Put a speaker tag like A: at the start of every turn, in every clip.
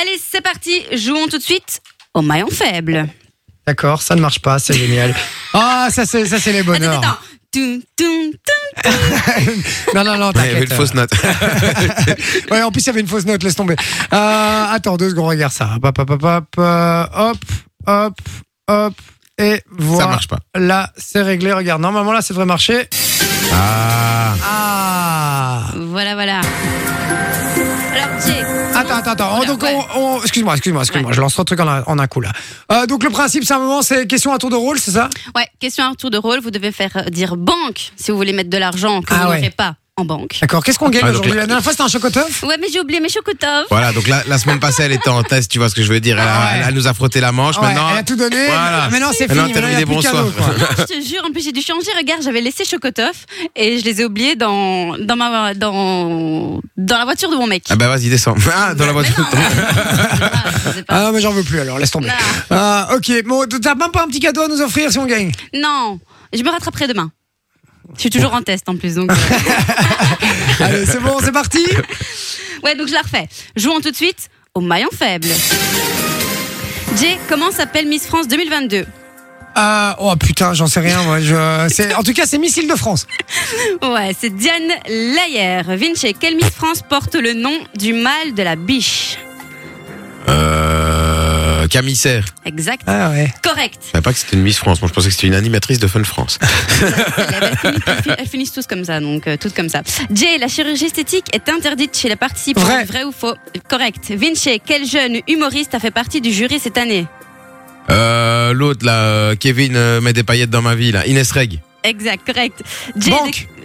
A: Allez, c'est parti. Jouons tout de suite au maillon faible.
B: D'accord, ça ne marche pas, c'est génial. Ah, ça c'est ça c'est les
A: Attends,
B: bonheurs.
A: attends. Tum, tum, tum.
B: Non non non,
C: Ouais, Il y avait
B: t'inquiète. euh.
C: une fausse note.
B: Ouais, en plus il y avait une fausse note, laisse tomber. Euh, attends deux secondes, regarde ça. Hop hop hop hop, euh, hop hop hop et
C: Ça
B: voilà.
C: marche pas.
B: Là, c'est réglé. Regarde, normalement là, ça devrait marcher.
C: Ah.
B: Ah.
A: Voilà, voilà. Alors, Jay,
B: Attends, attends, attends.
A: Voilà,
B: donc,
A: ouais.
B: on, on- excuse-moi, excuse-moi, excuse-moi.
A: Ouais.
B: Je lance trois trucs en un, en un coup là. Euh, donc, le principe, c'est un moment, c'est question à tour de rôle, c'est ça
A: ouais, question à retour de rôle. Vous devez faire euh, dire banque si vous voulez mettre de l'argent que
B: Ah
A: vous
B: ouais.
A: n'aurez pas en banque.
B: D'accord. Qu'est-ce qu'on gagne
C: Ah, donc
B: aujourd'hui
C: là-
B: La dernière fois, c'était un chocotof
A: Ouais, mais j'ai oublié mes chocotofs.
C: Voilà, donc la, la semaine passée, elle était en test, tu vois ce que je veux dire. Elle, a-
B: Ah ouais.
C: elle a- elle nous a frotté la manche.
B: Ouais,
C: maintenant,
B: Elle a tout donné.
C: Voilà.
B: Maintenant, c'est fini.
C: Maintenant, t'as
B: Maintenant, il
C: mis
B: y a
C: des
B: plus de
C: bons
B: cadeaux, quoi.
C: soirs.
A: Je te jure, en plus j'ai dû changer. Regarde, j'avais laissé Chocotov et je les ai oubliés dans, dans, ma, dans, dans la voiture de mon mec.
C: Ah bah vas-y, descends. Ah, dans la
A: Mais
C: voiture.
A: non, je sais pas, je sais pas.
B: bah. Ah non, mais j'en veux plus alors, laisse tomber.
A: Non.
B: Ah, ok, bon, t'as même pas un petit cadeau à nous offrir si on gagne
A: Non, je me rattraperai demain. Je suis toujours en test en plus. Donc... euh,
B: Allez, c'est bon, c'est parti
A: ouais, donc je la refais. Jouons tout de suite au maillon faible. Jay, comment s'appelle Miss France 2022
B: Euh, Oh putain, j'en sais rien, moi. Je, c'est- en tout cas, c'est Missile de France.
A: Ouais, c'est Diane Layer. Vinci, quelle Miss France porte le nom du mâle de la biche
C: Euh, Camille Serre.
A: Exact.
B: Ah ouais.
A: Correct.
C: Je savais pas que c'était une Miss France. Moi, je pensais que c'était une animatrice de Fun France.
A: Elles fin- elles finissent tous comme ça, donc euh, toutes comme ça. Jay, la chirurgie esthétique est interdite chez les participants.
B: Vrai.
A: ou faux Correct. Vinci, quel jeune humoriste a fait partie du jury cette année
C: Euh, l'autre, là, euh, Kevin euh, met des paillettes dans ma vie, là. Ines Reg.
B: Oh,
A: Exact, correct. Jay,
B: Banque.
A: de-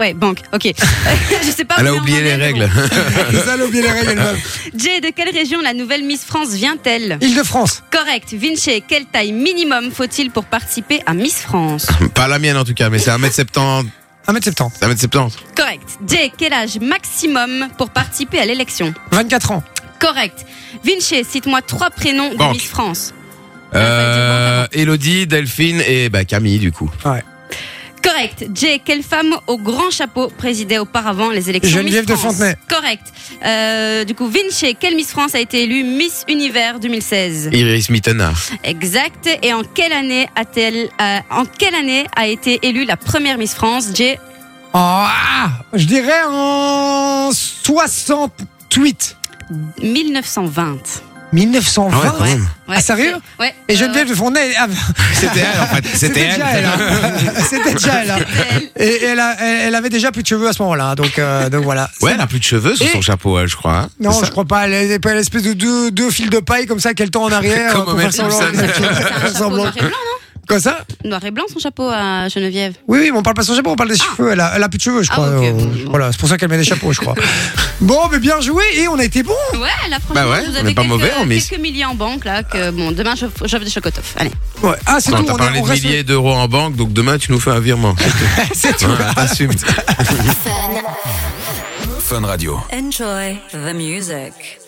A: Ouais, banque, ok. je sais pas.
C: Elle
A: où
C: a
A: on en
C: oublié
A: est,
C: les
A: mais
C: règles.
B: Ça, elle a oublié les règles, elle va-
A: bon. Jay, de quelle région la nouvelle Miss France vient-elle
B: Île de France.
A: Correct. Vinci, quelle taille minimum faut-il pour participer à Miss France
C: pas la mienne, en tout cas, mais c'est 1m70.
B: 1m70.
C: 1m70.
A: Correct. Jay, quel âge maximum pour participer à l'élection
B: 24 ans.
A: Correct. Vinci, cite-moi trois prénoms de
C: Banque.
A: Miss France.
C: Euh, Elodie, Delphine et bah, Camille, du coup.
A: Correct. Jay, quelle femme au grand chapeau présidait auparavant les élections
B: Geneviève
A: Miss
B: de
A: France
B: Fontenay.
A: Correct. Euh, du coup, Vinci, quelle Miss France a été élue Miss Univers 2016
C: Iris Mittenard.
A: Exact. Et en quelle année a-t-elle, euh, en quelle année a été élue la première Miss France Jay
B: Oh, ah, je dirais en 68.
A: 1920.
B: 1920
C: Ah ouais, quand même.
A: Ouais,
B: Ah, sérieux
A: c'est- Ouais.
B: Et
A: Ouais,
B: Geneviève de Fontenay, ah, elle-
C: C'était elle, en fait. C'était elle.
B: déjà elle. hein. C'était déjà elle. hein.
A: ouais. Elle-
B: Et et elle, a- elle- elle avait déjà plus de cheveux à ce moment-là, hein, donc, euh, donc voilà.
C: Ouais, elle a plus de cheveux sur
B: Et-
C: son chapeau, elle, je crois. hein.
B: Non,
C: C'est ça
B: je crois pas. Elle est pas l'espèce de deux, deux fils de paille comme ça qu'elle tend en arrière.
C: Comme
B: euh, pour
C: Homer
B: faire semblant-
C: Simpson.
A: C'est un Euh, chapeau
B: semblant.
A: noir et blanc,
B: Quoi ça
A: non Noir et blanc, son chapeau à Geneviève.
B: Oui, oui, mais on parle pas de son chapeau, on parle des cheveux. Elle a, elle a plus de cheveux, je
A: Ah,
B: crois.
A: ok,
B: euh,
A: bon.
B: Voilà, c'est pour ça qu'elle met des chapeaux, je crois. bon, mais bien joué et on a été bon.
A: Ouais, là, franchement,
C: Bah ouais,
A: vous
C: on
A: avez
C: est pas
A: quelques, euh,
C: mauvais en Miss.
A: quelques milliers en banque, là, que bon, demain, je j'offre des chocotofs. Allez.
B: Ouais. Ah, c'est tout.
C: Non,
B: On,
C: t'as
B: est-
C: parlé
B: on
C: de
B: reste.
C: milliers d'euros en banque, donc demain tu nous fais un virement.
B: C'est tout.
C: Voilà, T'assumes.
D: Enjoy the music.